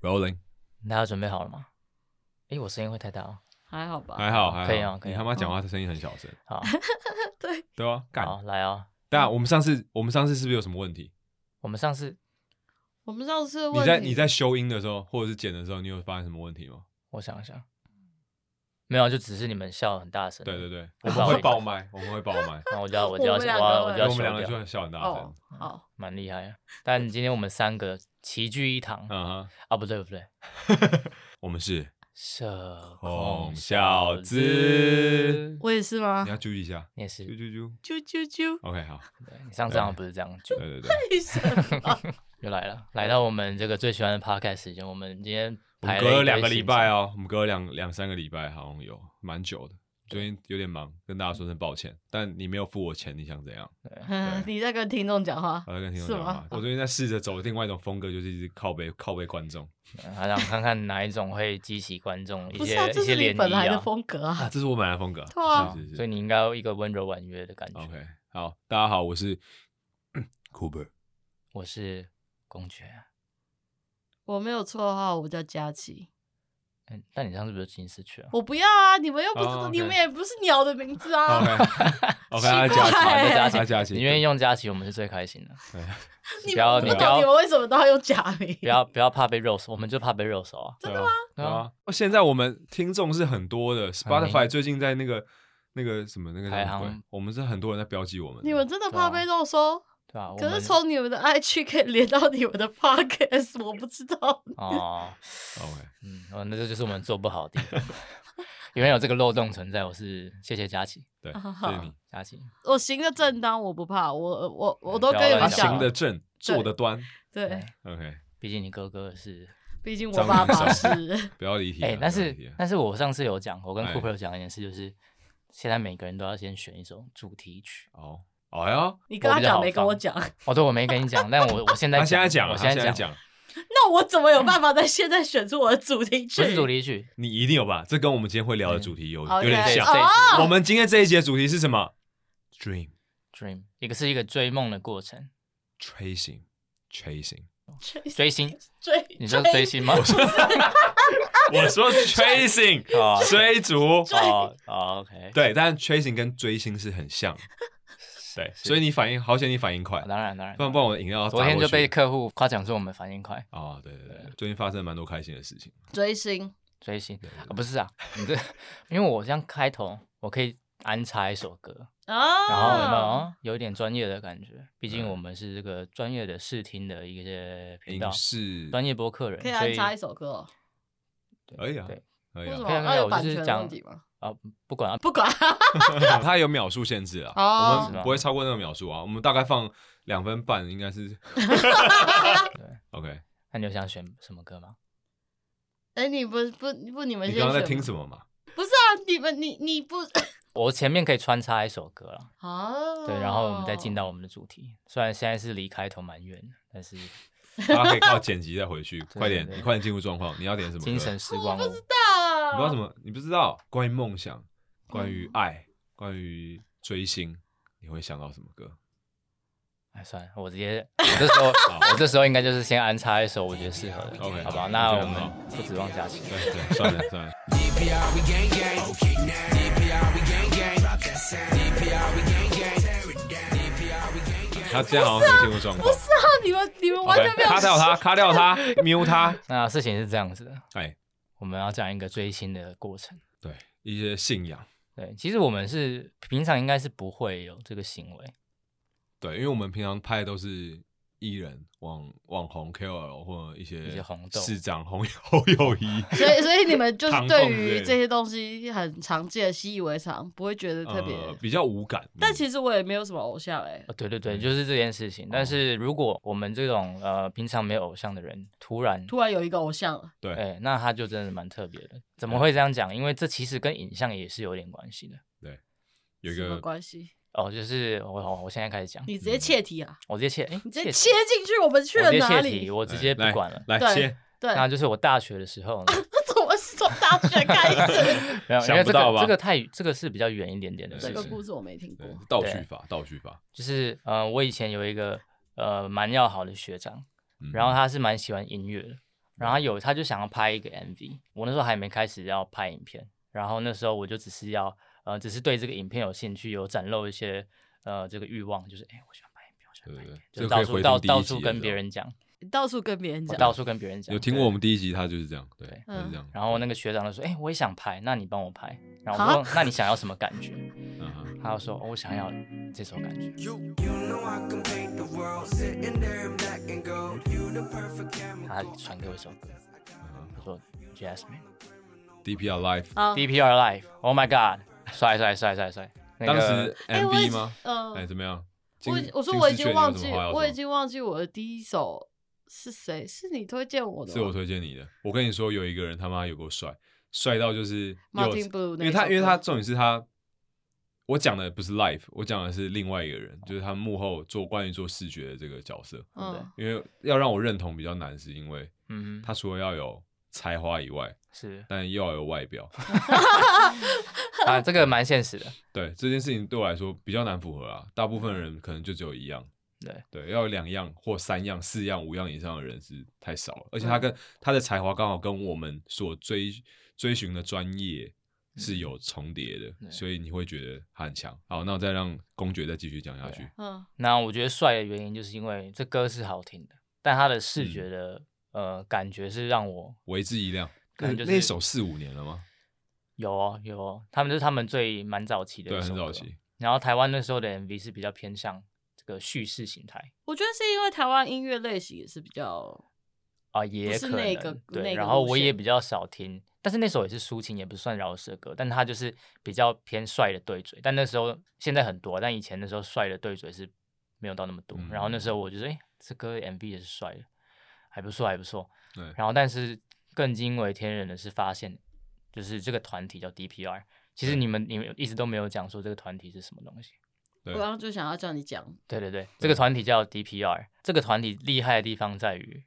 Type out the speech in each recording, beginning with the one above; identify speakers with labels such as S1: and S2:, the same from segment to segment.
S1: Rolling，
S2: 大家准备好了吗？诶，我声音会太大哦。
S3: 还好吧？
S1: 还好还好，
S2: 可以哦可以
S1: 你
S2: 哦
S1: 他妈讲话声音很小声，
S2: 好，
S3: 对，
S1: 对啊， 干。
S2: 好，来哦。
S1: 但我们上次我们上次是不是有什么问题？
S2: 我们上次
S3: 我们上次的
S1: 你
S3: 问
S1: 在
S3: 题
S1: 你在修音的时候，或者是剪的时候，你有发现什么问题吗？
S2: 我想想，没有，就只是你们笑得很大声。
S1: 对对对，我
S2: 我
S1: 们
S2: 不好
S1: 会
S2: 意思
S1: 爆麦，我们会爆 麦，
S2: 那我就 要我就要
S3: 我们两个
S2: 要我
S1: 因
S2: 就
S1: 为
S2: 要
S1: 我
S2: 修
S1: 们两个就
S2: 掉，
S1: 很笑很大
S3: 哦
S1: 声。，
S2: 嗯
S3: 好，
S2: 蛮厉害的。啊但今天我们三个齐聚一堂
S1: 嗯哼，
S2: 啊，不对不对，哦
S1: 我们是
S2: 社
S1: 孔
S2: 恐
S1: 小
S2: 小
S1: 资
S2: 资，
S3: 我也是吗
S1: 你？要啾一下，
S2: 你也哦
S1: 啾
S2: 是，
S1: 啾啾。
S3: 啾啾啾，
S1: OK，好，
S2: 对你上次好像不是这样
S1: 对
S2: 就
S1: 对 对，
S3: 为什 么？
S2: 又来了，来到我们这个最喜欢的 podcast 时间，我们今天
S1: 我们
S2: 排
S1: 隔
S2: 一
S1: 了
S2: 堆
S1: 两个礼拜
S2: 行
S1: 哦，我们隔了两两三个礼拜，好像有蛮久的。最近有点忙，跟大家说声抱歉。但你没有付我钱，你想怎样？
S3: 你在跟听众讲话
S1: 我
S2: 呃
S1: 在跟听众
S3: 是
S1: 讲话
S3: 吗？。
S1: 我最近在试着走另外一种风格，就是一直靠背靠背观众
S2: 程，还想看看哪一种会激起观众一
S3: 不是
S2: 些
S3: 啊，
S2: 一
S3: 这
S2: 些
S3: 是你
S2: 涟
S3: 本来的
S2: 漪啊。
S3: 风格
S1: 啊，
S3: 啊。
S1: 这是我本来的风格。
S3: 对啊
S1: 是是
S2: 所以
S1: 是。
S2: 你应该要一个温柔婉约的感觉。
S1: OK，好，大家好，我是 Cooper。
S2: 我是公爵，啊
S3: 我没有绰号，我叫佳琪。
S2: 嗯，但你上次不是金丝雀啊？
S3: 我不要啊，你们又不
S1: 哦
S3: 是，
S1: ，OK
S3: 你们也不是鸟的名字
S2: 哦
S3: 啊。
S1: OK OK，他
S3: 奇怪
S1: 加
S3: 欸
S1: 琪，他加琪，
S2: 你愿意用佳琪，我们是最开心的。啊
S3: 你
S2: 不要
S3: 们
S2: 你
S3: 不
S2: 不
S3: 懂
S2: 要
S3: 你们为什么都要 用假名？
S2: 不要不要怕被肉手，我们就怕被肉手啊。
S1: 真的吗？对啊，哦现在我们听众是很多的
S2: 很
S1: ，Spotify
S2: 明
S1: 最近在那个那个什么那个叫
S2: 排
S1: 什么鬼
S2: 行，
S1: 我们是很多人在标记我们的。
S3: 你们真的怕
S2: 对啊
S3: 被肉收？
S2: 对啊，我
S3: 可
S2: 们
S3: 是从你们的 IG 可以连到你们的 Podcast，我不知道。
S2: 哦，
S1: OK，
S2: 嗯，哦，那这就是我们做不好的地方。 因为有这个漏洞存在，我是谢谢佳琪，
S1: 对，
S3: 好
S1: 谢谢你。
S2: 佳琪，
S3: 我行得正当，我不怕，我我我都
S2: 不要
S3: 跟你
S2: 乱
S1: 他
S3: 们
S2: 讲
S1: 啊
S2: 啊
S3: 讲
S1: 行
S2: 话
S1: 得
S3: 了。
S1: 正，坐得端。
S3: 对，
S1: OK，
S2: 哎毕竟你哥哥是
S3: 毕竟我
S1: 张
S3: 爸
S1: 云
S3: 爸
S1: 翔
S3: 是。
S1: 不要离题啊。
S2: 哎、但
S1: 不要离
S2: 是
S1: 题啊
S2: 但是我上次有讲，我跟
S1: 哎
S2: Cooper 有讲一件事，就是现在每个人都要先选一首主题曲。
S1: 哦，哎呀，
S3: 你跟
S2: 我
S3: 他
S2: 比较
S3: 讲
S2: 好
S3: 没跟我
S2: 放
S3: 讲，
S2: 哦，对，我没跟你讲，但我我现在
S1: 他现在讲啊，
S2: 我
S1: 他现在
S2: 在，
S1: 讲，
S3: 那我怎么有办法在现在选出我的主题
S2: 不
S3: 曲？
S2: 是主题曲，
S1: 你一定有吧？这跟我们今天会聊的主题有有
S3: OK
S1: 点
S2: 对哦
S1: 像
S2: 这。一次
S1: 我们今天这一节主题是什么？Dream
S2: dream，一个是一个追梦的过程，
S1: tracing tracing。
S3: 追
S2: 追星，
S3: 追，
S2: 你知道追 星吗？
S1: 我说 tracing
S2: 哦
S1: 追逐，
S2: 哦哦，OK，
S1: 对，但 tracing 跟追星是很像的，对，所以你反应好险，你反应快
S2: 哦，当然当然
S1: 不，然不然我的饮料要
S2: 昨
S1: 砸
S2: 天
S1: 过
S2: 就被
S1: 去
S2: 客户夸奖说我们反应快，
S1: 哦，对对对，最近发生了蛮多开心的事情，
S3: 追星，
S2: 追星啊，不是啊，你这因为我这样开头，我可以安插一首歌，
S3: 啊，
S2: 然后有没有哦有一点专业的感觉？毕竟
S1: 嗯
S2: 我们是这个专业的视听的一些频道
S1: 影，视
S2: 专业播客人，
S3: 可以
S2: 所
S3: 安插一首歌哦？
S1: 可以啊，
S2: 对
S1: 可以
S3: 为
S1: 啊，
S3: 什么？
S2: 可以啊可以啊
S3: 那有
S2: 我
S3: 版
S2: 就是
S3: 权
S2: 讲
S3: 问题吗？
S2: 啊，不管啊，
S3: 不管，
S1: 它有秒数限制啊，
S3: 哦
S1: 我们不会超过那个秒数啊，我们大概放两分半，应该是，OK，
S2: 那你有想选什么歌吗？
S3: 哎，你不不不，你们
S1: 你
S3: 先
S1: 刚刚在
S3: 选
S1: 听
S3: 吗
S1: 什么嘛？
S3: 不是啊，你们你你不
S2: 我前面可以穿插一首歌了，
S3: 啊？
S2: 对，然后我们再 进到我们的主题。虽然现在是离开头蛮远的，但是
S1: 大家可以靠剪辑再回去，
S2: 对
S1: 快点，
S2: 对
S1: 你快点进入状况，你要点什么歌？
S2: 精神时光屋，
S3: 啊，
S1: 你不知道什么？你不知道关于梦想、关
S3: 嗯
S1: 于爱、关于追星，你会想到什么歌？
S2: 哎，算了，我直接，我这时候，我这时候应该就是先安插一首我觉得适合的
S1: OK，
S2: 好
S1: 好
S2: 吧？那
S1: 我觉
S2: 我
S1: 得很好
S2: 们不指望佳琪。
S1: 对对，算了算了。
S4: DPR, we gang gang. DPR, we gang gang. DPR, we gang gang. DPR, we gang gang.
S1: 他这样好像没进入状况。
S3: 是啊，你们你们完全
S1: OK，
S3: 没有
S1: 卡掉他，卡掉他，瞄他。
S2: 那事情是这样子的，
S1: 哎，
S2: 我们要讲一个追星的过程。
S1: 对，一些信仰，
S2: 对，其实我们是平常应该是不会有这个行为，
S1: 对，因为我们平常拍的都是艺人、网网红、KOL 或者一些
S2: 一些红豆
S1: 市长、红侯友谊。
S3: 所以，所以你们就是
S1: 唐凤
S3: 对
S1: 之类
S3: 于
S1: 的
S3: 这些东西很常见、习以为常，不会觉 得哦特别。
S1: 呃，
S2: 嗯
S1: 比较无感，
S3: 但其实我也没有什么偶像哎、
S2: 呃对
S1: 嗯
S2: 对对，就是这件事情。
S1: 哦
S2: 但是如果我们这种呃平常没有偶像的人，突然
S3: 突然有一个偶像了，
S1: 对嗯
S2: 哎，那他就真的蛮特别的。怎么会这样讲？因为这其实跟影像也是有点关系的。
S1: 有一
S3: 什么
S1: 个
S3: 关系？
S2: 哦，就是我我我现在开始讲，
S3: 你直接切题啊！
S2: 我直接切，哎，
S3: 你直接
S2: 切
S3: 切进去，我们去
S2: 我
S3: 了
S2: 直接
S3: 哪
S2: 切题，
S3: 里？
S2: 我直接不
S1: 哎来
S2: 管了。
S1: 来
S3: 对
S1: 切，
S3: 对，
S2: 那就是我大学的时候 呢，
S3: 怎么是从大学开 始？
S2: 没有，因
S1: 想
S2: 为
S1: 不
S2: 这
S1: 到
S2: 个
S1: 吧
S2: 这个太这个是比较远一点点的
S3: 这
S2: 事
S3: 个
S2: 情，
S3: 故事我没听过
S1: 对，呃倒
S2: 对
S1: 叙法，倒叙法。
S2: 就是呃，我以前有一个呃蛮要好的学长，
S1: 嗯
S2: 然后他是蛮喜欢音乐的，然后他有他就想要拍一个 MV，我那时候还没开始要拍影片，然后那时候我就只是要呃，只是对这个影片有兴趣，有展露一些呃这个欲望，就是哎、我喜欢拍影片，我喜欢拍影片，
S1: 对对对
S2: 就到
S1: 这个可
S2: 处
S1: 以
S2: 到
S1: 回听第一
S2: 到
S1: 集
S2: 处
S1: 的时
S2: 跟
S1: 候
S2: 别人讲，
S3: 到处跟别人
S1: 哦
S2: 我
S3: 讲，
S2: 到处跟别人讲，
S1: 有听
S2: 对
S1: 过我们第一集，他就是这样，对
S2: 对，
S1: 他是这
S3: 嗯
S1: 样。
S2: 然后那个学长就说：“哎、我也想拍，那你帮我拍。”然后
S3: 啊
S2: 我说：“那你想要什么感觉
S1: 嗯哼？”
S2: 他就说：“哦我想要这首感觉。
S4: You, you know I can paint the world, sitting there in black and gold. You the perfect ”
S2: 他
S4: chemical.
S2: 传给我一首歌，他说：“Jasmine
S1: ，DPR Life，
S3: 啊，
S2: DPR Life。Oh my God，帅帅帅帅帅！那
S1: 当
S2: 个
S1: 时
S3: 哎我已
S1: MV
S3: 经
S1: 吗？
S3: 嗯
S1: 哎，怎么样？金
S3: 我我说我已经忘
S1: 金丝雀
S3: 记，
S1: 你有什么话要
S3: 我
S1: 说
S3: 已经忘记我的第一首是谁，是你推荐我的吗，
S1: 是我推荐你的。我跟你说，有一个人他妈有够帅，帅到就是又
S3: Martin Blue
S1: 因
S3: 那
S1: 为
S3: 一
S1: 他
S3: 首
S1: 因为
S3: 歌
S1: 他重点是他，我讲的不是 life，我讲的是另外一个人，就是他幕后做关于做视觉的这个角色。
S2: 对
S3: 嗯，
S1: 因为要让我认同比较难，是因为
S2: 嗯哼，
S1: 他除了要有才华以外，
S2: 是
S1: 但又要有外表。
S2: 啊，这个蛮现实的。
S1: 对这件事情对我来说比较难符合啊，大部分人可能就只有一样。
S2: 对
S1: 对，要有两样或三样、四样、五样以上的人是太少了，而且
S2: 嗯
S1: 他跟、他的才华刚好跟我们所追追寻的专业是有重叠的，
S2: 嗯对
S1: 所以你会觉得他很强。好，那我再让公爵再继续讲下去。
S3: 嗯，
S2: 那我觉得帅的原因就是因为这歌是好听的，但他的视
S1: 嗯
S2: 觉的、呃感觉是让我
S1: 为之一亮，
S2: 可能就是
S1: 那那首四五年了吗？
S2: 有哦有哦，他们就是他们最蛮早期的，
S1: 对，很早期。。
S2: 然后台湾那时候的 MV 是比较偏向这个叙事形态
S3: 我觉得是因为台湾音乐类型也是比较，
S2: 啊、也
S3: 不是
S2: 可
S3: 那
S2: 能
S3: 个
S2: 对。
S3: 那个
S2: 然后
S3: 路
S2: 我也
S3: 线
S2: 比较少听，但是那首也是抒情，也不算饶舌歌，但它就是比较偏帅的对嘴。但那时候现在很多，但以前那时候帅的对嘴是没有到那么多。然后那时候我就说，哎、这歌 MV 也是帅的，还不错，还不错。
S1: 对，
S2: 然后但是更惊为天人的是发现，就是这个团体叫 DPR。其实
S1: 对
S2: 你们你们一直都没有讲说这个团体是什么东西。
S3: 我
S1: 对
S3: 刚刚就想要叫你讲，
S2: 对对对，这个团体叫 DPR。这个团体厉害的地方在于，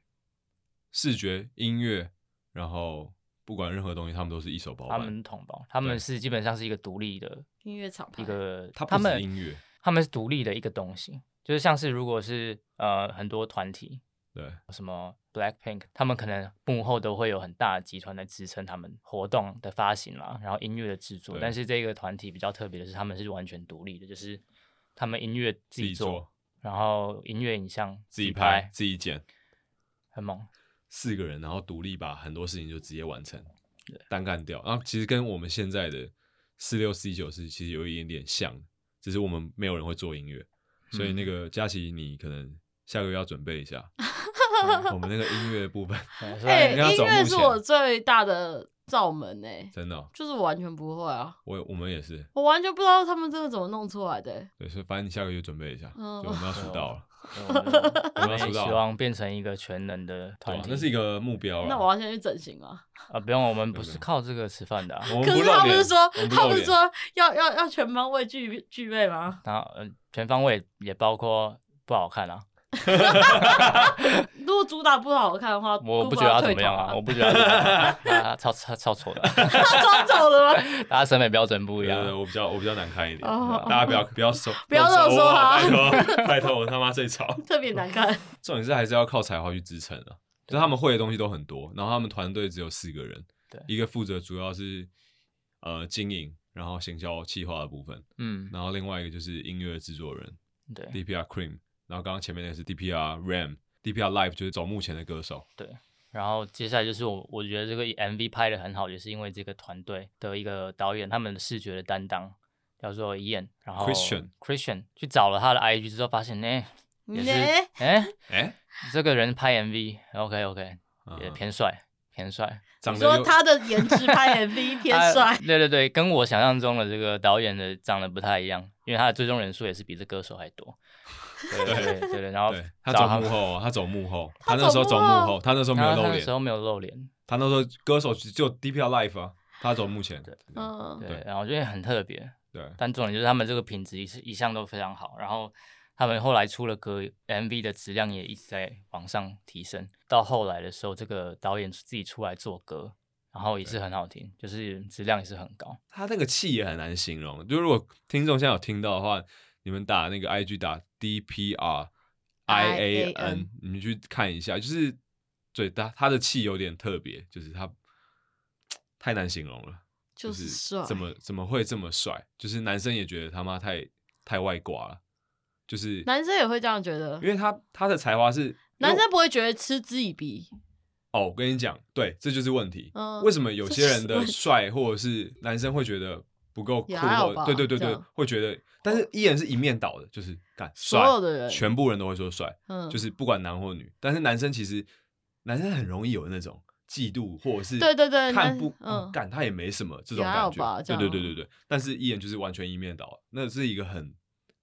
S1: 视觉、音乐，然后不管任何东西，他们都是一手包
S2: 他
S1: 办。
S2: 们是同胞，他
S1: 对
S2: 们是基本上是一个独立的
S3: 音乐厂牌
S2: 一个，
S1: 它不
S2: 他
S1: 止
S2: 们
S1: 音乐
S2: 他们是独立的一个东西，就是像是如果是呃很多团体
S1: 对，
S2: 什么 Blackpink，他们可能幕后都会有很大的集团来支撑他们活动的发行啦，然后音乐的制作，
S1: 对
S2: 但是这个团体比较特别的是，他们是完全独立的，就是他们音乐自
S1: 自
S2: 己
S1: 己
S2: 做，
S1: 做、
S2: 然后音乐影像
S1: 自己
S2: 拍
S1: 拍、，自己剪，
S2: 很猛，
S1: 四个人，然后独立把很多事情就直接完成，单干掉。然后其实跟我们现在的四六四九是其实有一点点像，只是我们没有人会做音乐，所
S3: 嗯
S1: 以那个佳琪，你可能下个月要准备一 下我们那个音乐的部分，
S2: 对所以
S3: 哎、
S1: 啊你要
S3: 音
S1: 走
S3: 乐
S1: 目
S3: 是
S1: 前
S3: 我最大的罩门哎、
S1: 真的哦、
S3: 就是我完全不会啊，
S1: 我我们也是，
S3: 我完全不知道他们这个怎么弄出来的欸、
S1: 对，所以反正你下个月准备一下，就
S3: 嗯
S1: 我们要出道了，
S2: 所以我们我
S1: 我们
S2: 们
S1: 要出
S2: 也
S1: 道
S2: 希
S1: 了，
S2: 望变成一个全能的
S1: 对
S2: 团
S1: 啊
S2: 体。
S1: 那是一个目标了。
S3: 那我要先去整形啊！
S2: 啊，不用，我们不是靠这个吃饭的、啊。
S1: 我们
S3: 可
S1: 不
S3: 是
S1: 露
S3: 他不是
S1: 脸
S3: 说
S1: 我们，不
S3: 他
S1: 露
S3: 不是
S1: 脸
S3: 说要要要全方位具具备吗？
S2: 然后，嗯、全方位也包括不好看啊，
S3: 如果主打不好看的话，
S2: 我不
S3: 顾
S2: 觉
S3: 客
S2: 得
S3: 要
S2: 他
S3: 退
S2: 怎么样
S3: 团
S2: 啊，我不觉得他怎么样啊 他他超超超丑的，
S3: 他装走了吗？
S2: 大家审美标准不一
S1: 对
S2: 样
S1: 对对，
S2: 啊。
S1: 我比较我比较难看一点，
S3: 哦
S1: 大家不 要不要说
S3: 不要这么说啊
S1: 拜 托拜托，我他妈最吵。
S3: 特别难 看。
S1: 重点是还是要靠才华去支撑啊，就他们会的东西都很多，然后他们团队只有四个人，
S2: 对
S1: 一个负责主要是呃经营，然后行销企划的部分，
S2: 嗯，
S1: 然后另外一个就是音乐制作人
S2: 对
S1: DPR Cream，然后刚刚前面那个是 DPR Ram。DPR Live 就是走目前的歌手，
S2: 对。然后接下来就是我，我觉得这个 MV 拍的很好，也是因为这个团队的一个导演，他们的视觉的担当叫做 Ian，然后
S1: Christian
S2: Christian 去找了他的 IG 之后，发现哎、也是
S3: 呢
S2: 哎、
S1: 哎、
S2: 这个人拍 MV，OK OK，
S1: 嗯
S2: 也偏帅偏帅，
S1: 长
S3: 你
S1: 得
S3: 说
S1: 又哎
S3: 他的颜值 拍 MV 偏
S2: 他
S3: 帅，
S2: 对对对，跟我想象中的这个导演的长得不太一样，因为他的最终人数也是比这歌手还多。对对对对对，然后
S1: 对他
S2: 找
S1: 走
S2: 他
S1: 幕后、啊，他走幕后，
S3: 他
S1: 他那时候
S3: 走
S1: 走
S3: 幕
S1: 幕
S3: 后
S1: 后，他那时候没有
S2: 然后
S1: 露
S2: 他那
S1: 脸
S2: 时，候没有露脸，
S1: 他那时候歌手只就 DPR Life 啊，他走目前，
S3: 嗯，
S2: 对
S1: 对，
S2: 然后就很特别，
S1: 对，
S2: 但重点就是他们这个品质一一向都非常好，然后他们后来出了歌 MV 的质量也一直在往上提升，到后来的时候，这个导演自己出来做歌，然后也是很好听，就是质量也是很高。
S1: 他那个气也很难形容。就如果听众现在有听到的话，你们打那个 IG 打 D P R I A
S3: IAN
S1: N，你们去看一下，就是对他他的气有点特别，就是他太难形容了，
S3: 就是帅，
S1: 怎么怎么会这么帅？就是男生也觉得他妈太太外挂了，就是
S3: 男生也会这样觉得
S1: 因，为他他的才华是
S3: 男生不会觉得嗤之以鼻，
S1: 哦，我跟你讲，对，这就是问题。
S3: 嗯
S1: 为什么有些人
S3: 这
S1: 的
S3: 是
S1: 帅或者是男生会觉得不够酷，
S3: 也还好
S1: 或
S3: 吧
S1: 对对对
S3: 这
S1: 对
S3: 样，
S1: 会觉得，但是依然是一面倒的，就是干帅，
S3: 所有的人
S1: 全部人都会说帅，
S3: 嗯，
S1: 就是不管男或女。但是男生其实男生很容易有那种嫉妒或者是
S3: 对对对
S1: 看
S3: 男
S1: 不哦
S3: 嗯
S1: 干、他也没什么这种
S3: 也还好
S1: 感
S3: 吧
S1: 觉，对对
S3: 这样
S1: 对对对。但是依然就是完全一面倒，那是一个很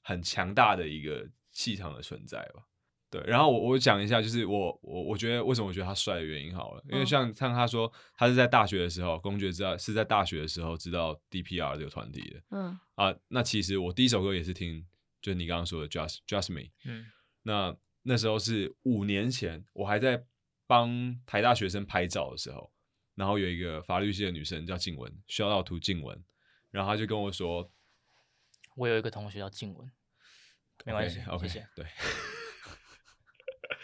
S1: 很强大的一个气场的存在吧。对，然后我我讲一下，就是我我我觉得为什么我觉得他帅的原因好了，因为
S3: 嗯
S1: 像像他说他是在大学的时候，公爵知道是在大学的时候知道 DPR 这个团体的
S3: 嗯
S1: 啊。那其实我第一首歌也是听，就是你刚刚说的 Just Just Me，
S2: 嗯，
S1: 那那时候是五年前，我还在帮台大学生拍照的时候，然后有一个法律系的女生叫静雯，需要到涂静雯，然后她就跟我说，
S2: 我有一个同学叫静雯，没关系
S1: OK，
S2: 谢谢。
S1: 对，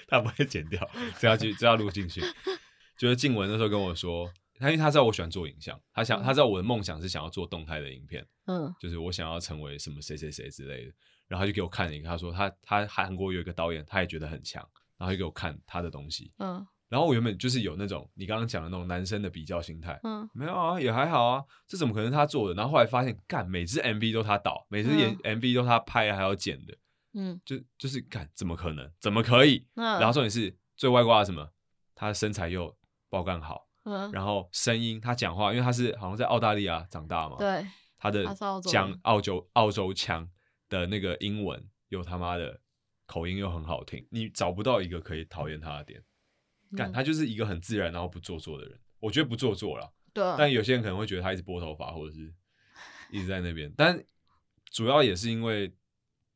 S1: 他不会剪掉，只要去只要录进去。就是静雯那时候跟我说，她因为她知道我喜欢做影像，她想她知道我的梦想是想要做动态的影片，
S3: 嗯
S1: 就是我想要成为什么谁谁谁之类的。然后他就给我看了一个，他说他他韩国有一个导演，他也觉得很强，然后就给我看他的东西。
S3: 嗯
S1: 然后我原本就是有那种你刚刚讲的那种男生的比较心态，
S3: 嗯，
S1: 没有啊，也还好啊，这怎么可能是他做的？然后后来发现，干每支 MV 都他导，每支演 MV 都他拍还要剪的，
S3: 嗯，
S1: 就就是干怎么可能？怎么可以？
S3: 那
S1: 然后重点是最外挂的是什么？他身材又爆干好，
S3: 嗯
S1: 然后声音他讲话，因为他是好像在澳大利亚长大嘛，
S3: 对，
S1: 他的
S3: 他是澳洲
S1: 讲
S3: 人
S1: 澳洲澳洲腔的那个英文，又他妈的口音又很好听，你找不到一个可以讨厌他的点。干，
S3: 嗯
S1: 他就是一个很自然然后不做作的人，我觉得不做作啦。但
S3: 对，
S1: 有些人可能会觉得他一直拨头发，或者是一直在那边，但主要也是因为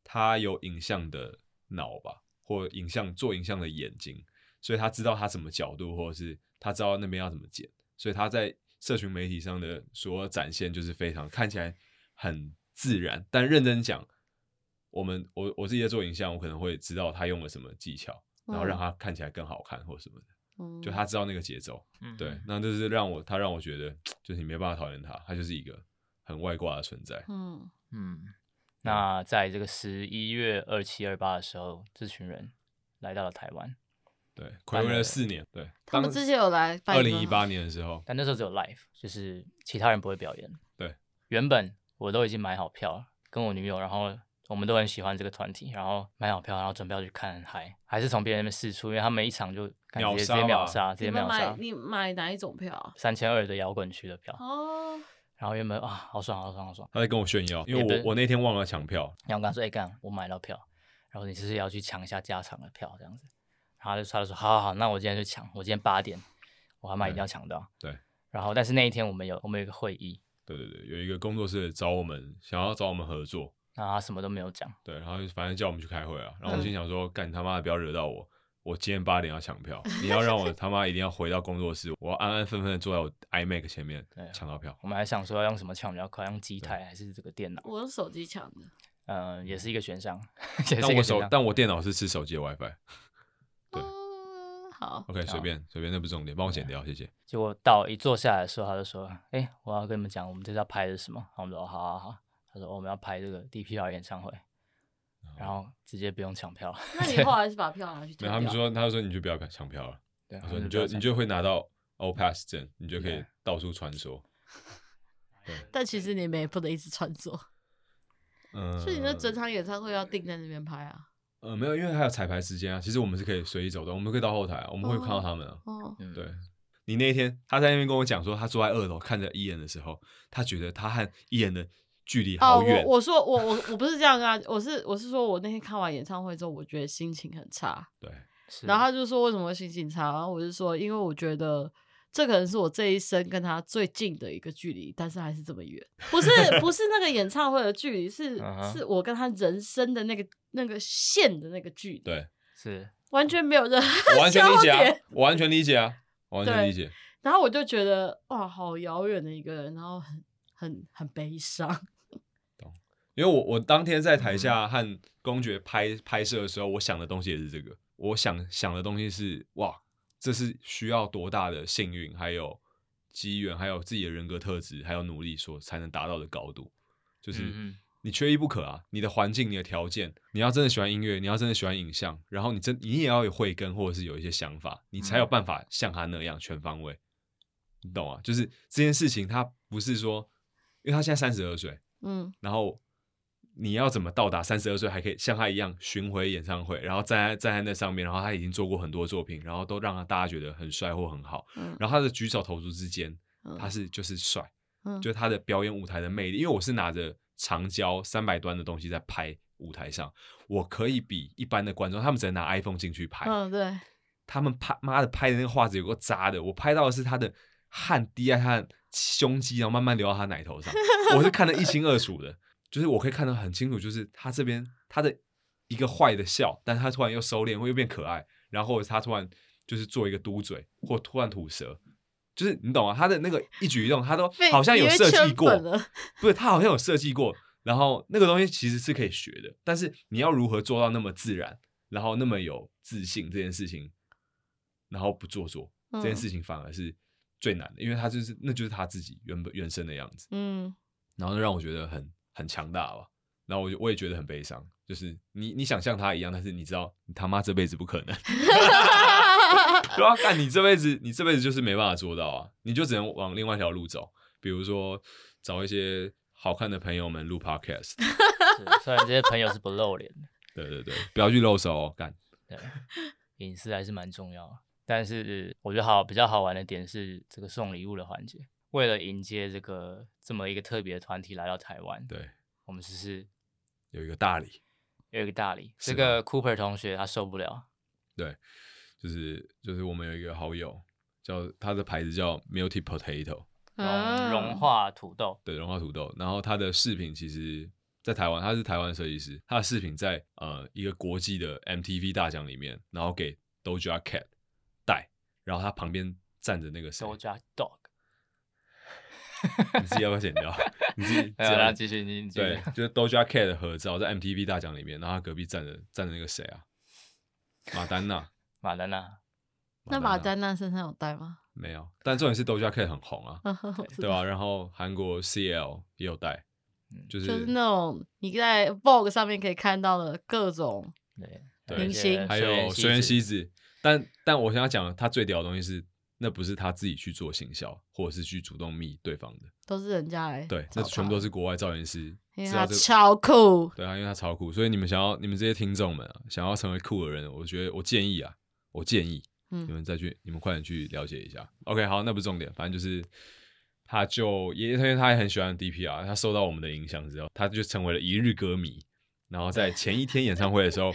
S1: 他有影像的脑吧，或影像做影像的眼睛，所以他知道他什么角度，或者是他知道那边要怎么剪，所以他在社群媒体上的所有展现就是非常看起来很自然，但认真讲，我们我我自己在做影像，我可能会知道他用了什么技巧，然后让他看起来更好看或什么的，
S3: 嗯
S1: 就他知道那个节奏。
S2: 嗯，
S1: 对，那就是让我他让我觉得，就是你没办法讨厌他，他就是一个很外挂的存在。
S3: 嗯
S2: 嗯，那在这个十一月二七二八的时候，这群人来到了台湾，
S1: 对，暌违了四年。对，
S3: 他们之前有来拜
S1: 二
S3: 访
S1: 零一八年的时候，
S2: 但那时候只有 live，就是其他人不会表演。
S1: 对，
S2: 原本我都已经买好票了，跟我女友，然后我们都很喜欢这个团体，然后买好票，然后准备要去看嗨，还是从别人那边试出，因为他们一场就感觉
S1: 秒
S2: 直
S1: 杀
S2: 接秒
S1: 吧
S2: 杀，直接
S3: 你们
S2: 秒
S3: 买
S2: 杀，
S3: 你买哪一种票啊？
S2: 三千二的摇滚区的票，
S3: 哦，
S2: 然后原本啊好爽好爽好爽，
S1: 他在跟我炫耀，因为
S2: 也不是
S1: 我我那天忘了抢票，
S2: 然后我跟他说：“哎、干，我买到票，然后你就是要去抢一下加场的票这样子。”然后他就他就说：“好好好，那我今天去抢，我今天八点，我他妈一定要抢到。”
S1: 对。
S2: 然后，但是那一天我们有我们有一个会议，
S1: 对对对，有一个工作室找我们，想要找我们合作，
S2: 然后他什么都没有讲。
S1: 对，然后就反正叫我们去开会啊。然后我
S3: 嗯
S1: 心想说，干你他妈的不要惹到我，我今天八点要抢票，你要让我他妈一定要回到工作室，我要安安分分的坐在我 iMac 前面
S2: 对啊
S1: 抢到票。
S2: 我们还想说要用什么抢比较快，用机台还是这个电脑？
S3: 我用手机抢的，
S2: 嗯、也是一个选项，也是
S1: 但
S2: 一
S1: 我
S2: 个选
S1: 手
S2: 项。
S1: 但我电脑是吃手机的 WiFi。对
S3: 嗯， 好，
S1: OK，随便随便，那不是重点，帮我剪
S3: 啊
S1: 掉，谢谢。
S2: 结果到一坐下来的时候，他就说：“哎、我要跟你们讲，我们这次要拍的是什么？”然后我们说：“哦好好好。”他说：“哦我们要拍这个 DPR 演唱会，
S1: 哦
S2: 然后直接不用抢票。
S3: 那你后来是把票拿去
S1: 没
S3: 退
S1: 有，
S3: 掉？啊
S1: 他们说，他说你就不要抢票了，
S2: 对”
S1: 他
S2: 我
S1: 说
S2: 们
S1: 你
S2: 不要
S1: 就你
S2: 抢
S1: 就会拿到 O Pass 证，你就可以
S2: Yeah
S1: 到处穿梭。
S3: 但其实你们也不能一直穿梭，
S1: 嗯，
S3: 所以你那整场演唱会要定在那边拍啊。
S1: 呃没有，因为还有彩排时间啊。其实我们是可以随意走动，我们可以到后台啊，我们会看到他们啊。
S3: 哦，
S2: 嗯
S1: 对你那一天他在那边跟我讲说，他坐在二楼看着伊人的时候，他觉得他和伊人的距离
S3: 哦，
S1: 好远
S3: 我。我说我我我不是这样啊，我是我是说我那天看完演唱会之后，我觉得心情很差，
S1: 对，
S2: 是
S3: 然后他就说为什么会心情差，然后我就说因为我觉得这可能是我这一生跟他最近的一个距离，但是还是这么远，不是不是那个演唱会的距离，是
S2: 嗯哼
S3: 是我跟他人生的那个那个线的那个距离，
S1: 对，
S2: 是
S3: 完全没有任何
S1: 我完全理解
S3: 焦
S1: 啊
S3: 点，
S1: 我完全理解啊，我完全
S3: 对
S1: 理解。
S3: 然后我就觉得哇，好遥远的一个人，然后很很很悲伤，
S1: 因为我我当天在
S2: 嗯
S1: 台下和公爵拍拍摄的时候，我想的东西也是这个，我想想的东西是哇，这是需要多大的幸运，还有机缘，还有自己的人格特质，还有努力所才能达到的高度。就是
S2: 嗯嗯
S1: 你缺一不可啊！你的环境、你的条件，你要真的喜欢音乐，你要真的喜欢影像，然后你真你也要有慧根，或者是有一些想法，你才有
S2: 嗯
S1: 办法像他那样全方位。你懂啊？就是这件事情，他不是说，因为他现在三十二岁，
S3: 嗯，
S1: 然后你要怎么到达三十二岁还可以像他一样巡回演唱会，然后站在站在那上面，然后他已经做过很多作品，然后都让他大家觉得很帅或很好，
S3: 嗯
S1: 然后他的举手投足之间，
S3: 嗯
S1: 他是就是帅，
S3: 嗯
S1: 就是他的表演舞台的魅力。因为我是拿着长焦三百端的东西在拍舞台上，我可以比一般的观众，他们只能拿 iPhone 进去拍，
S3: 嗯，对，
S1: 他们拍妈的拍的那个画质有个渣的，我拍到的是他的汗滴在他的胸肌，然后慢慢流到他奶头 上，我是看得一清二楚的，就是我可以看得很清楚，就是他这边他的一个坏的笑，但是他突然又收敛，会又变可爱，然后或者他突然就是做一个嘟嘴，或突然吐舌。就是你懂吗？他的那个一举一动，他都
S3: 被
S1: 好像有
S3: 你被
S1: 设计
S3: 圈
S1: 过
S3: 粉了，
S1: 不是他好像有设计过，然后那个东西其实是可以学的，但是你要如何做到那么自然，然后那么有自信这件事情，然后不做作这件
S3: 嗯
S1: 事情反而是最难的，因为他就是那就是他自己原本原生的样子，
S3: 嗯
S1: 然后让我觉得很很强大吧，然后我就我也觉得很悲伤，就是你你想像他一样，但是你知道你他妈这辈子不可能， 对啊，干你这辈子，你这辈子就是没办法做到啊，你就只能往另外一条路走，比如说找一些好看的朋友们录 podcast，
S2: 嗯是虽然这些朋友是不露脸的，
S1: 对对对，不要去露手、哦，干，
S2: 对，隐私还是蛮重要的。但是我觉得好比较好玩的点是这个送礼物的环节。为了迎接这个这么一个特别的团体来到台湾，
S1: 对，
S2: 我们只是
S1: 有一个大礼，
S2: 有一个大礼。
S1: 是
S2: 这
S1: 吗
S2: 个 Cooper 同学他受不了，
S1: 对，就是就是我们有一个好友叫他的牌子叫 Multi Potato，
S2: 融融
S3: 啊，
S2: 化土豆，
S1: 对，融化土豆。然后他的饰品其实，在台湾，他是台湾设计师，他的饰品在呃一个国际的 MTV 大奖里面，然后给 Doja Cat 戴，然后他旁边站着那个谁，
S2: 收加 dog。
S1: 你自己要不要剪掉？ 你自己自己
S2: 没
S1: 要
S2: 有
S1: 不要
S2: 啦，继续你你继续
S1: 对，就是 Doja Cat 的合照在 MTV 大奖里面，然后他隔壁站着站着那个谁啊，马丹娜。
S2: 马丹娜，
S3: 那马丹娜身上有带吗？
S1: 没有，但重点是 Doja Cat 很红啊，
S3: 我知
S1: 对
S3: 道
S1: 吧、然后韩国 CL 也有戴
S2: 嗯，
S1: 就是
S3: 就是那种你在 Vogue 上面可以看到的各种，
S2: 对，
S1: 对
S2: 有一
S3: 明
S2: 些
S3: 星
S1: 还有
S2: 水
S1: 水
S2: 原
S1: 原希
S2: 希子，
S1: 子。但但我想要讲的，他最屌的东西是，那不是他自己去做行销，或者是去主动密对方的，
S3: 都是人家来
S1: 对，
S3: 找
S1: 那全部都
S3: 他
S1: 是国外造型师，
S3: 因为
S1: 知道
S3: 他
S1: 这个
S3: 超酷，
S1: 对啊，因为他超酷，所以你们想要你们这些听众们啊，想要成为酷的人，我觉得我建议啊，我建议你
S3: 嗯
S1: 们再去，你们快点去了解一下。OK，好，那不是重点，反正就是他就也因为他也很喜欢 DPR，他受到我们的影响之后，他就成为了一日歌迷。然后在前一天演唱会的时候，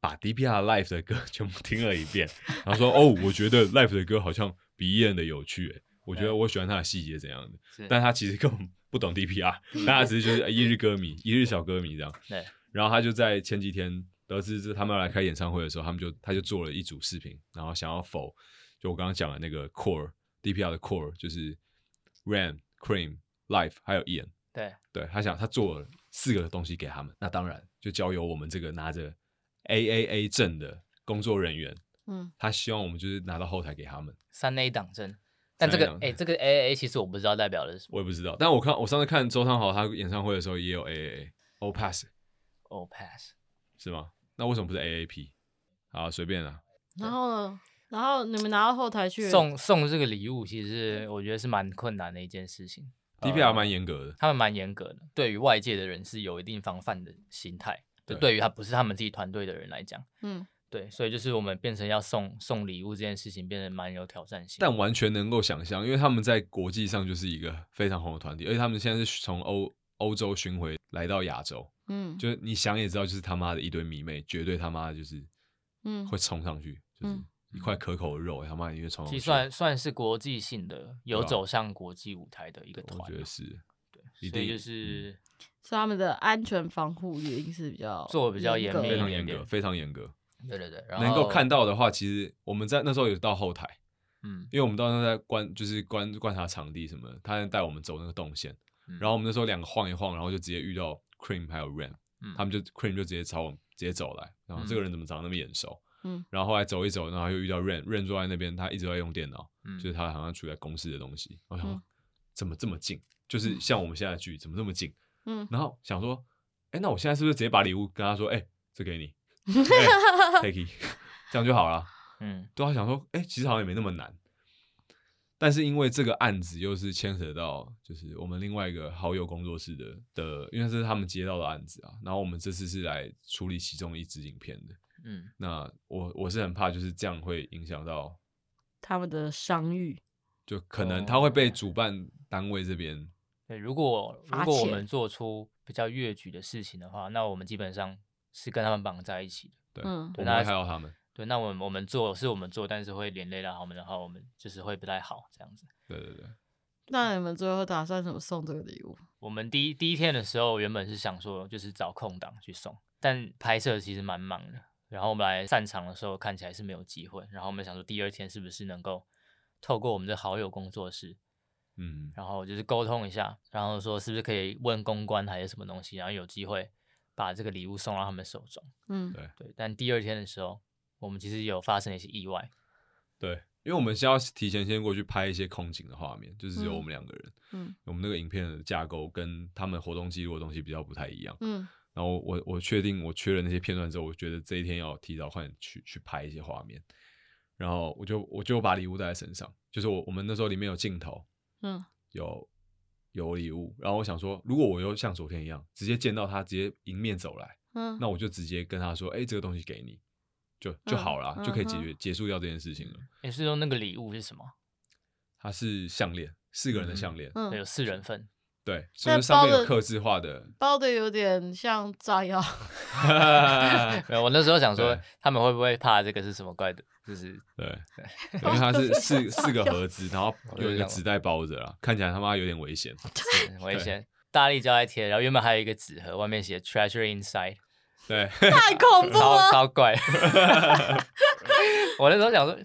S1: 把 DPR Live 的歌全部听了一遍，然后说：“哦，我觉得 Live 的歌好像比 e n 的有趣、欸，我觉得我喜欢他的细节怎样的。”
S2: 是
S1: 但他其实根本不懂 DPR，但他只是就是一日歌迷、一日小歌迷这样。
S2: 对，
S1: 然后他就在前几天得知是他们要来开演唱会的时候，他们就他就做了一组视频，然后想要否就我刚刚讲的那个 core DPR 的 core 就是 Ram、Cream、Life 还有 Ian，
S2: 对，
S1: 对他想他做了四个东西给他们，那当然就交由我们这个拿着 AAA 证的工作人员，
S3: 嗯，
S1: 他希望我们就是拿到后台给他们，
S2: 三 A 党政。但这个
S1: 三 A 党
S2: 哎、这个 A A 其实我不知道代表的是什么
S1: 我也不知道，但我看我上次看周汤豪他演唱会的时候也有 AAA O Pass
S2: ，O 哦 pass。
S1: 是吗？那为什么不是 AAP？啊，随便啦，
S3: 然后呢，然后你们拿到后台去
S2: 送送这个礼物，其实我觉得是蛮困难的一件事情。
S1: DPR 蛮严格的，
S2: 他们蛮严格的，对于外界的人是有一定防范的心态。就
S1: 对
S2: 对于他不是他们自己团队的人来讲，
S3: 嗯，
S2: 对，所以就是我们变成要送送礼物这件事情，变得蛮有挑战性。
S1: 但完全能够想象，因为他们在国际上就是一个非常红的团体，而且他们现在是从欧欧洲巡回来到亚洲，
S3: 嗯，
S1: 就是你想也知道，就是他妈的一堆迷妹，绝对他妈的就是
S3: 嗯
S1: 会冲上去，就是
S3: 嗯
S1: 一块可口的肉，他妈一定冲上
S2: 计
S1: 去。
S2: 算算是国际性的，有
S1: 对啊
S2: 走向国际舞台的一个团
S1: 我
S2: 啊、
S1: 觉得是，
S2: 对，
S1: 一
S2: 所以
S1: 定嗯
S2: 就是
S3: 所以他们的安全防护也一定是比较
S2: 做得比较严
S3: 格
S2: 密
S1: 非
S2: 一
S1: 常
S2: 点
S1: 严
S2: 点
S1: 格，非常严格。
S2: 对对对，然后
S1: 能够看，到的话，其实我们在那时候有到后台，
S2: 嗯，
S1: 因为我们到时候在观就是观观察场地什么的，他带我们走那个动线，
S2: 嗯
S1: 然后我们那时候两个晃一晃，然后就直接遇到 Cream 还有 Ram，、
S2: 嗯
S1: 他们就 Cream 就直接朝我们直接走来，然后
S2: 嗯
S1: 这个人怎么长得那么眼熟？
S3: 嗯
S1: 然后后来走一走，然后又遇到 Rain，Rain 坐在那边，他一直在用电脑，
S5: 嗯
S1: 就是他好像处在公司的东西。我想说
S3: 嗯
S1: 怎么这么近？就是像我们现在的距离怎么这么近？
S3: 嗯，
S1: 然后想说，哎，那我现在是不是直接把礼物跟他说，哎，这给你哎，Take it，这样就好了。
S5: 嗯
S1: 对啊，想说，哎、其实好像也没那么难。但是因为这个案子又是牵扯到，就是我们另外一个好友工作室的的，因为这是他们接到的案子啊。然后我们这次是来处理其中一支影片的。
S5: 嗯
S1: 那我我是很怕就是这样会影响到，
S3: 他们的商誉，
S1: 就可能他会被主办单位这边
S2: 对，如果如
S3: 发
S2: 果我
S3: 钱
S2: 们做出比较越矩的事情的话，那我们基本上是跟他们绑在一起的。
S1: 对，
S3: 嗯
S1: 我们会害到他们。
S2: 对，那我们我们做是我们做，但是会连累到他们的话，我们就是会不太好这样子。
S1: 对对对，
S3: 那你们最后打算怎么送这个礼物？
S2: 我们第一第一天的时候，原本是想说就是找空档去送，但拍摄其实蛮忙的。然后我们来散场的时候，看起来是没有机会。然后我们想说，第二天是不是能够透过我们的好友工作室，
S1: 嗯，
S2: 然后就是沟通一下，然后说是不是可以问公关还是什么东西，然后有机会把这个礼物送到他们手中。
S3: 嗯
S1: 对
S2: 对，但第二天的时候，我们其实有发生了一些意外。
S1: 对，因为我们先要提前先过去拍一些空景的画面，就是只有
S3: 嗯
S1: 我们两个人。
S3: 嗯
S1: 我们那个影片的架构跟他们活动记录的东西比较不太一样。
S3: 嗯
S1: 然后我我确定我缺了那些片段之后，我觉得这一天要提早快点去去拍一些画面，然后我就我就把礼物带在身上，就是我我们那时候里面有镜头，
S3: 嗯
S1: 有有礼物，然后我想说，如果我又像昨天一样直接见到他，直接迎面走来，
S3: 嗯，
S1: 那我就直接跟他说，哎、这个东西给你，就就好了，
S3: 嗯
S1: 就可以解
S3: 嗯
S1: 决结束掉这件事情了。
S2: 也是说那个礼物是什么？
S1: 它是项链，四个人的
S5: 嗯
S1: 项链，
S3: 嗯
S2: 对有四人份，
S1: 对，就
S3: 但
S1: 是上面
S3: 包
S1: 有
S3: 的
S1: 刻字化 的，
S3: 包的有点像炸药，
S2: 没有，我那时候想说
S1: 对
S2: 他们会不会怕这个是什么怪的， 就是
S1: 对，因为它 是四四个盒子，然后
S5: 我就
S1: 有一
S5: 这
S1: 个
S5: 样
S1: 纸袋包着啦，看起来他妈有点危险。
S2: 很危险。大力胶带贴，然后原本还有一个纸盒，外面写 Treasure Inside，
S1: 对，
S3: 太恐怖
S2: 超
S3: 了。
S2: 超怪。我那时候想说，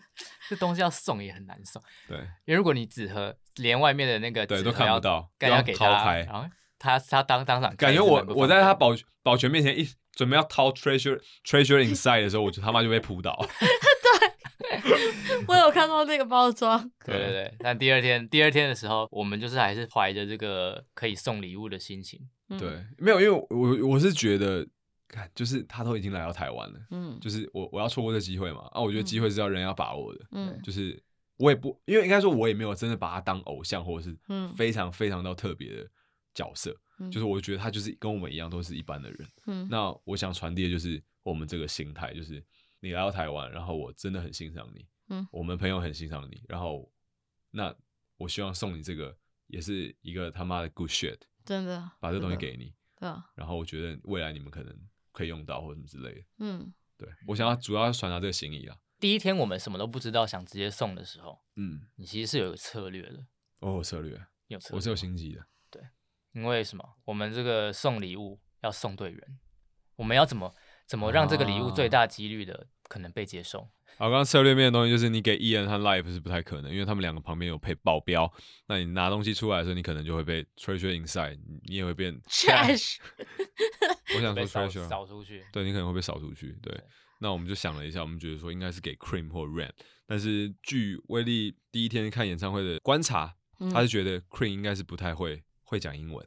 S2: 这东西要送也很难送，
S1: 对，
S2: 因为如果你纸盒连外面的那个
S1: 对
S2: 纸
S1: 都
S2: 盒
S1: 看不
S2: 要
S1: 到
S2: 干
S1: 要
S2: 要给
S1: 掏
S2: 他，
S1: 开
S2: 然后他他当当场
S1: 感
S2: 开
S1: 觉
S2: 是
S1: 我
S2: 蛮不
S1: 我
S2: 方
S1: 在他
S2: 便的
S1: 保保全面前一准备要掏 treasure treasure inside 的时候，我就他妈就被扑倒。
S3: 我有看到那个 包装，
S2: 对对对，但第二天第二天的时候，我们就是还是怀着这个可以送礼物的心情，
S3: 嗯，
S1: 对，没有，因为我我是觉得，看就是他都已经来到台湾了，
S3: 嗯
S1: 就是我我要错过这机会嘛。啊，我觉得机会是要人要把握的，
S3: 嗯
S1: 就是我也不，因为应该说我也没有真的把他当偶像，或者是
S3: 嗯
S1: 非常非常到特别的角色，
S3: 嗯
S1: 就是我觉得他就是跟我们一样都是一般的人。
S3: 嗯
S1: 那我想传递的就是我们这个心态，就是你来到台湾，然后我真的很欣赏你，
S3: 嗯
S1: 我们朋友很欣赏你，然后那我希望送你这个，也是一个他妈的 good shit，
S3: 真的
S1: 把这东西
S3: 真的
S1: 给你，
S3: 对啊，
S1: 然后我觉得未来你们可能可以用到或者什么之类的。
S3: 嗯
S1: 对我想要主要传达这个心意啦。
S2: 第一天我们什么都不知道，想直接送的时候，
S1: 嗯，
S2: 你其实是有个策略的，
S1: 我有策略，
S2: 你有策略吗。
S1: 我是有心机的。
S2: 因为什么？我们这个送礼物要送对人，我们要怎么怎么让这个礼物
S1: 啊
S2: 最大几率的可能被接受？
S1: 好，刚刚策略面的东西就是你给 E N 和 Life 是不太可能，因为他们两个旁边有配保镖，那你拿东西出来的时候，你可能就会被 treasure inside，你你也会变
S3: ，trash，
S1: 我想
S2: 被
S1: 说
S2: 扫
S1: treasure
S2: 扫出去。
S1: 对你可能会被扫出去。对，那我们就想了一下，我们觉得说应该是给 Cream 或 Ram，但是据威力第一天看演唱会的观察，
S3: 嗯
S1: 他是觉得 Cream 应该是不太会会讲英文，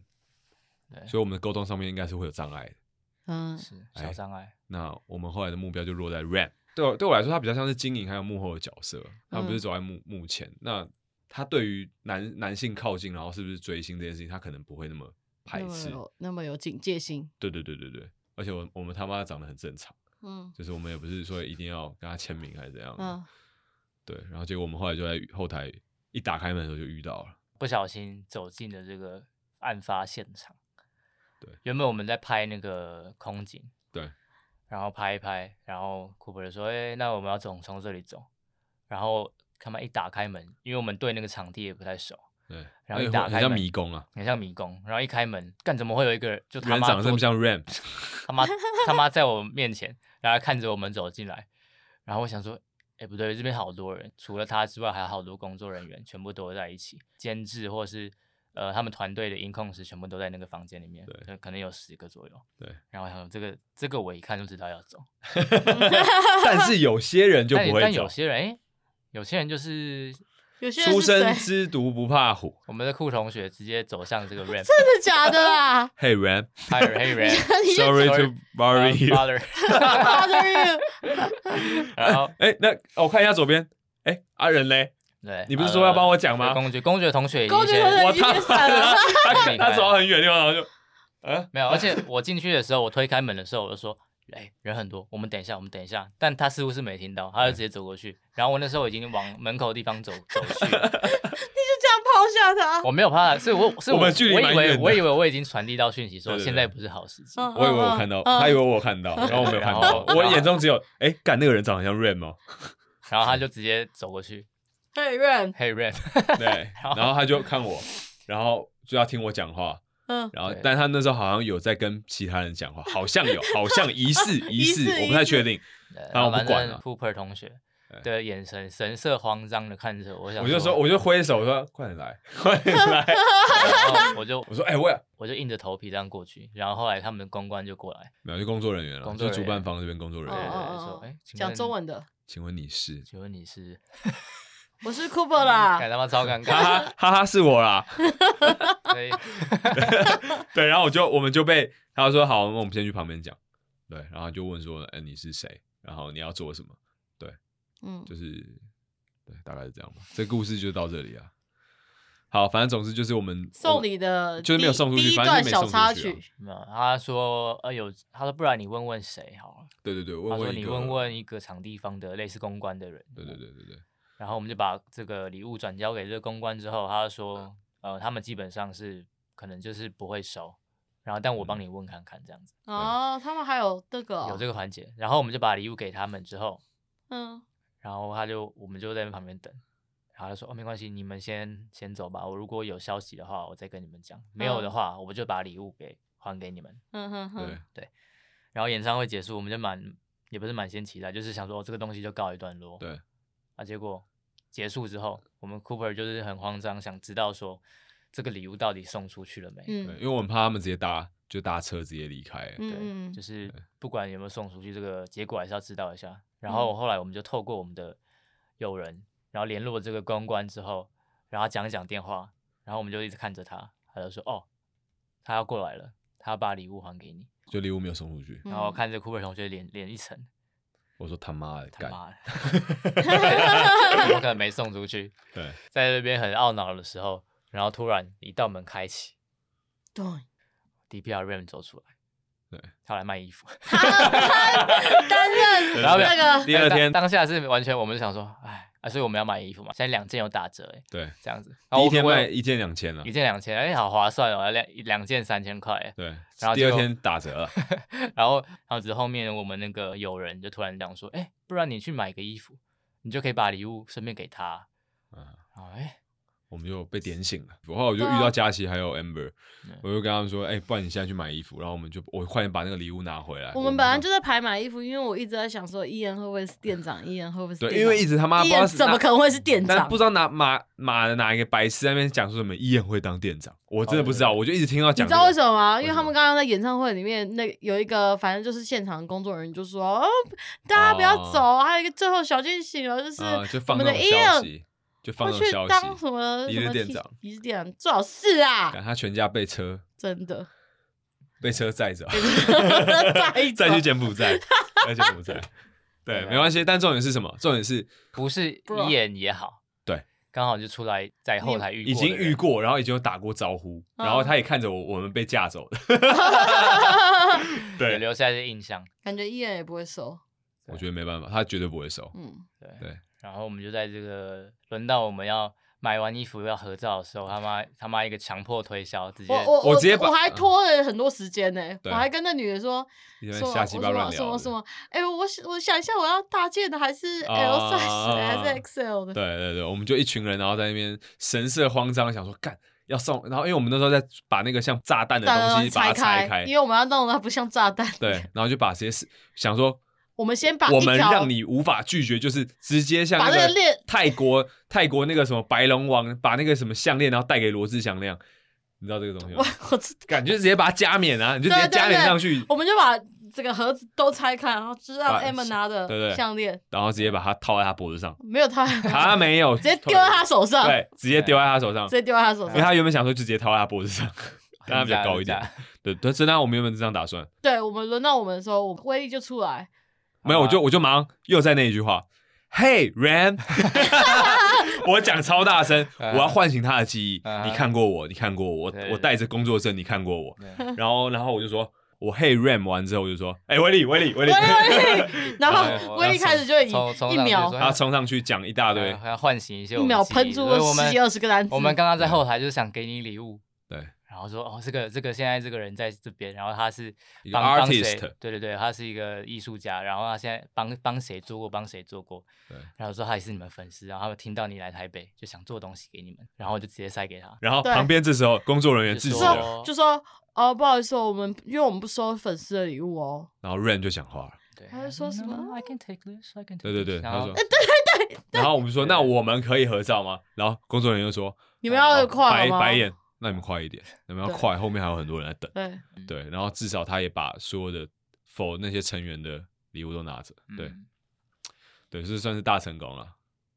S2: 对，
S1: 所以我们的沟通上面应该是会有障碍的。
S3: 嗯
S2: 是
S1: 哎
S2: 小障碍。
S1: 那我们后来的目标就落在 Ram，对我对我来说，他比较像是经营还有幕后的角色，他
S2: 嗯
S1: 不是走在幕幕前。那他对于男男性靠近，然后是不是追星这件事情，他可能不会那么排
S3: 那么
S1: 斥。
S3: 有那么有警戒心，
S1: 对对对对对，而且我我们他妈长得很正常。
S3: 嗯
S1: 就是我们也不是说一定要跟他签名还是怎样的，
S3: 嗯
S1: 对。然后结果我们后来就在后台一打开门的时候就遇到了，
S2: 不小心走进了这个案发现场。
S1: 对，
S2: 原本我们在拍那个空景，
S1: 对，
S2: 然后拍一拍，然后库珀就说：“哎、那我们要从从这里走。”然后他们一打开门，因为我们对那个场地也不太熟，
S1: 对，
S2: 然后一
S1: 哎
S2: 打
S1: 很
S2: 开
S1: 像
S2: 门
S1: 迷宫啊，
S2: 很像迷宫。然后一开门，干怎么会有一个人就他
S1: 人
S2: 妈
S1: 长得这
S2: 坐
S1: 么 像 Ram，
S2: 他妈他妈在我面前，然后看着我们走进来，然后我想说，哎、不对，这边好多人，除了他之外，还有好多工作人员，全部都在一起，监制或是呃，他们团队的音控师全部都在那个房间里面，
S1: 对
S2: 对，可能有十个左右。
S1: 对，
S2: 然后还有这个这个我一看就知道要走，
S1: 但是有些人就
S2: 但
S1: 不会
S2: 但
S1: 走
S2: 有，些人，哎，有些人就是
S3: 有些人
S1: 出
S3: 是谁
S1: 生 之犊不怕虎。
S2: 我们的酷同学直接走向这个 ramp，
S3: 真的假 的啦
S1: Hey Ram,
S2: 嗨 hey ramp，
S3: 你
S1: 哎 sorry Uh,
S2: Sorry.
S1: to bother you.
S2: 呃 father，
S3: bother you
S2: 然后
S1: 哎、那哦我看一下左边，哎、阿仁嘞，
S2: 对，
S1: 你不是说要帮我讲
S2: 讲
S1: 吗？
S2: 公爵，公爵同学已经
S3: 公爵
S2: 先
S3: 同学
S1: 我
S3: 已经
S1: 他妈
S3: 闪
S1: 的
S3: 了，
S1: 他
S2: 明
S1: 他
S2: 白
S1: 他走到很远的地方，然后就，啊，
S2: 没有，而且我进去的时候，我推开门的时候，我就说：“哎、人很多，我们等一下，我们等一下。”但他似乎是没听到，他就直接走过去。然后我那时候已经往门口的地方走走去了，
S3: 这样抛下啊他。
S2: 我没有怕，所以我是
S1: 我们距离
S2: 我
S1: 蛮
S2: 以
S1: 远
S2: 为
S1: 的
S2: 我以为我已经传递到讯息说
S1: 对对对
S2: 现在不是好时机。
S3: 嗯
S1: 我以为我看到，
S3: 嗯
S1: 他以为我看到，然后我没有看
S2: 然
S1: 到
S2: 后，
S1: 我眼中只有，哎，干那个人长得像 Ram 哦，
S2: 然后他就直接走过去
S3: 嘿 Ren，
S2: ，Hey Ren，
S1: 对，然后他就看我，然后就要听我讲话，
S3: 嗯，
S1: 然后
S2: 对
S1: 但他那时候好像有在跟其他人讲话，好像有，好像疑 似疑似
S3: 疑，似
S1: 我不太确定，
S2: 然
S1: 那我
S2: 后
S1: 不
S2: 反
S1: 管
S2: 正
S1: 了
S2: Cooper 同学的眼神神色慌张的看着我，想
S1: 我就说我就挥手说快点来，快点 来，
S2: 然后我就
S1: 我说哎我也。
S2: 我就硬着头皮这样过去，然后后来他们的公关就过来，
S1: 没有，就工作人员了，
S2: 工
S1: 就
S2: 作
S1: 是
S2: 人
S1: 主
S2: 员
S1: 办方这边工作人
S2: 对
S3: 哦
S2: 对
S1: 员。
S2: 对，说
S3: 哦哦
S2: 哎，请
S3: 讲
S2: 问
S3: 中文的，
S1: 请问你是？
S2: 请问你是？哎
S3: 我是 Cooper
S1: 嗯
S3: 啦
S2: 感。他妈超 尴
S1: 哈
S2: 尬，
S1: 哈哈哈，是我啦。
S2: 所以
S1: 对，然后我就我们就被他说好，那我们先去旁边讲。对，然后就问说，哎、你是谁？然后你要做什么？
S3: 嗯，
S1: 就是对，大概是这样吧。这故事就到这里啊。好，反正总之就是我们
S3: 送你的
S1: 就是没有
S3: 第
S1: 送出去
S3: 第一
S1: 反正
S3: 段
S1: 就没
S3: 小
S1: 送出
S3: 插
S1: 去啊
S3: 曲，
S2: 没有，他说呃有，他说不然你问问谁好了，
S1: 对对对，
S2: 他
S1: 问
S2: 说
S1: 问一
S2: 你
S1: 个
S2: 问问一个场地方的类似公关的人，
S1: 对对对对对，
S2: 然后我们就把这个礼物转交给这个公关之后，他就说呃他们基本上是可能就是不会收，然后但我
S1: 嗯
S2: 帮你问看看这样子，
S1: 啊
S3: 哦，他们还有那个哦
S2: 有这个环节，然后我们就把礼物给他们之后，
S3: 嗯，
S2: 然后他就我们就在旁边等，然后他说哦没关系，你们先先走吧，我如果有消息的话我再跟你们讲，没有的
S3: 嗯
S2: 话我就把礼物给还给你们。
S3: 嗯哼
S1: 对
S3: 哼，
S2: 然后演唱会结束，我们就满也不是满心期待，就是想说、哦、这个东西就告一段落。
S1: 对
S2: 啊，结果结束之后，我们 Cooper 就是很慌张，想知道说这个礼物到底送出去了没。
S1: 对，因
S3: 嗯
S1: 为我们怕他们直接搭就搭车直接离开。
S3: 嗯
S2: 对，
S3: 嗯
S2: 就
S3: 嗯，
S2: 是不管有没有送出去，这个结果还是要知道一下。然后
S3: 嗯
S2: 后来我们就透过我们的友人，然后联络这个公关之后，然后讲一讲电话，然后我们就一直看着他，他就说哦，他要过来了，他要把礼物还给你。
S1: 就礼物没有送出去，
S3: 嗯
S2: 然后看着 Cooper 同学脸脸一沉，
S1: 我说他妈的
S2: 他
S1: 干，
S2: 妈的， 我可能没送出去，
S1: 对，
S2: 在那边很懊恼的时候，然后突然一道门开启
S3: 对，
S2: ，DPR Ram 走出来，
S1: 对，
S2: 他来卖衣服。
S3: 他他担任
S1: 然后
S3: 那 个
S1: 第二天
S2: 当当下是完全我们就想说，哎啊，所以我们要买衣服嘛，现在两件有打折哎，
S1: 对，
S2: 这样子，
S1: 第
S2: 然后
S1: 一
S2: 我
S1: 天
S2: 我
S1: 卖一件两千了
S2: 一，件两千，哎，好划算哦，两两件三千块哎，
S1: 对
S2: 然后，
S1: 第二
S2: 结果
S1: 天打折了，
S2: 然后然后只是后面我们那个友人就突然讲说，哎，不然你去买个衣服，你就可以把礼物顺便给他，
S1: 嗯。
S2: 然后哎。
S1: 我们就被点醒了。然后我就
S3: 对啊
S1: 遇到佳琪还有 Amber，、
S2: 嗯
S1: 我就跟他们说：“哎、不然你现在去买衣服，然后我们就我快点把那个礼物拿回来。”
S3: 我们本来就在排买衣服，因为我一直在想说，伊恩会不会是店长？伊恩会不会是店
S1: 对，
S3: 长？
S1: 因为一直他妈不
S3: 伊
S1: 知道
S3: 恩
S1: 是
S3: 怎么
S1: 哪
S3: 可能会是店
S1: 但
S3: 长
S1: 不？知道哪马马的哪一个白痴在那边讲说什么伊人会当店长，我真的不知道，
S2: 哦对
S1: 我就一直听到
S3: 你
S1: 讲、
S3: 知
S1: 这个
S3: 道为什么吗？
S1: 为
S3: 因为
S1: 什
S3: 他
S1: 么
S3: 们刚刚在演唱会里面，那个有一个反正就是现场的工作人员就说：“哦，大家不要
S1: 哦
S3: 走啊，还有一个最后小惊喜哦，就是
S1: 啊，就
S3: 我
S1: 放
S3: 们
S1: 那
S3: 的
S1: 种
S3: 伊
S1: 消
S3: 恩
S1: 息，就放
S3: 会
S1: 那种
S3: 去
S1: 消
S3: 当
S1: 息
S3: 什。么
S1: 一
S3: 什
S1: 日
S3: 么
S1: 店
S3: 替
S1: 长，
S3: 一日店长最好是啊，
S1: 赶他全家被车
S3: 真的
S1: 被车载着，
S3: 再
S1: 再去柬埔寨，再去柬埔 寨。对，
S2: 啊
S1: 没关系。但重点是什么？重点是
S2: 不是
S3: Bro
S2: 一眼也好，
S1: 对，
S2: 刚好就出来在后台遇过，
S1: 已经遇，过，然后已经有打过招呼，然后
S3: 嗯
S1: 他也看着我，我们被架走了。
S2: 有
S1: 对，
S2: 留下这印象。
S3: 感觉伊恩也不会收。
S1: 我觉得没办法，他绝对不会收。
S3: 嗯，
S2: 对，
S1: 对
S2: 然后我们就在这个轮到我们要买完衣服要合照的时候，他妈他妈一个强迫推销，直接
S3: 我我
S1: 我直接把
S3: 我还拖了很多时间呢、
S1: 对
S3: 我还跟那女的说
S1: 因为
S3: 什么
S1: 瞎鸡巴乱聊
S3: 我
S1: 的
S3: 什么什么什么，哎、我想我想一下，我要大件的还是 L size 的、还是 XL 的？
S1: 对对对，我们就一群人，然后在那边神色慌张，想说干要送，然后因为我们那时候在把那个像炸弹的
S3: 炸弹
S1: 东
S3: 西
S1: 西把它
S3: 拆
S1: 拆开，
S3: 因为我们要弄得它不像炸弹。
S1: 对，然后就把这些想说，
S3: 我们先把
S1: 我
S3: 一
S1: 们
S3: 条
S1: 让你无法拒绝，就是直接像
S3: 把
S1: 那
S3: 那个链
S1: 泰国泰国那个什么白龙王把那个什么项链，然后带给罗志祥那样，你知道这个东西吗
S3: 我？我知
S1: 感觉直接把它加冕啊，你就直
S3: 对
S1: 接
S3: 对
S1: 加冕
S3: 对
S1: 上去，
S3: 我们就把这个盒子都拆开，然后就让
S1: 把
S3: Emma 拿的
S1: 对对对
S3: 项链，
S1: 然后直接把它套在他脖子上，
S3: 没有他，直
S1: 他没有，直
S3: 接丢在他手上，
S1: 对，直接丢在他手上
S3: 直，接丢在他手
S1: 因为
S3: 上。
S1: 他原本想说就直接套在他脖子上，但他比较高一
S2: 真
S1: 点
S2: 假，
S1: 对，但真的我们原本是这样打算，
S3: 对我们轮到我们的时候，我威力就出来，
S1: 没有，我就我就忙又在那一句话，Hey Ram，我讲超大声，
S2: 啊
S1: 我要唤醒他的记忆
S2: 啊。
S1: 你看过我，你看过我，
S2: 对
S1: 我我带着工作证，你看过我。
S2: 对
S1: 然后然后我就说，我 Hey Ram 完之后我就说，哎，威力威力威力
S3: 威，力威力，
S2: 对
S3: 然后
S2: 我
S3: 威力开始就以
S2: 从从
S3: 一
S2: 上去
S3: 秒
S2: 说
S1: 他冲上去讲一大堆
S2: 呃，还要唤醒一些
S3: 一
S2: 我们
S3: 秒
S2: 自己
S3: 喷出
S2: 所以我
S3: 十
S2: 们
S3: 几二十个单词，
S2: 我们刚刚在后台就是想给你礼物，
S1: 对，
S2: 然后说哦，这个这个现在这个人在这边，然后他是
S1: 一个
S2: 帮帮谁
S1: artist
S2: 对对对，他是一个艺术家，然后他现在帮帮谁做过，帮谁做过，
S1: 对
S2: 然后说他也是你们粉丝，然后他们听到你来台北就想做东西给你们，然后我就直接塞给他，
S1: 然后
S3: 对
S1: 旁边这时候工作人员制止啊了，
S2: 就说
S3: 就说哦，不好意思哦，我们因为我们不收粉丝的礼物哦。
S1: 然后 Ram 就讲话了，
S2: 对，
S3: 他就说什么
S2: "No, no,？I can take this, I can take
S1: 对对对，
S2: this."
S1: 他
S2: 然后
S3: 呃
S1: 说，对对对，然后我们说那我们可以合照吗？然后工作人员就说哦
S3: 你
S2: 哦
S3: 们要快
S1: 白
S3: 好吗？
S1: 白眼，那你们快一点，你们要
S3: 对嗯
S1: 快，后面还有很多人在等。
S3: 对，
S1: 对，然后至少他也把所有的否那些成员的礼物都拿着，对、
S2: 嗯
S1: 对，这算是大成功了，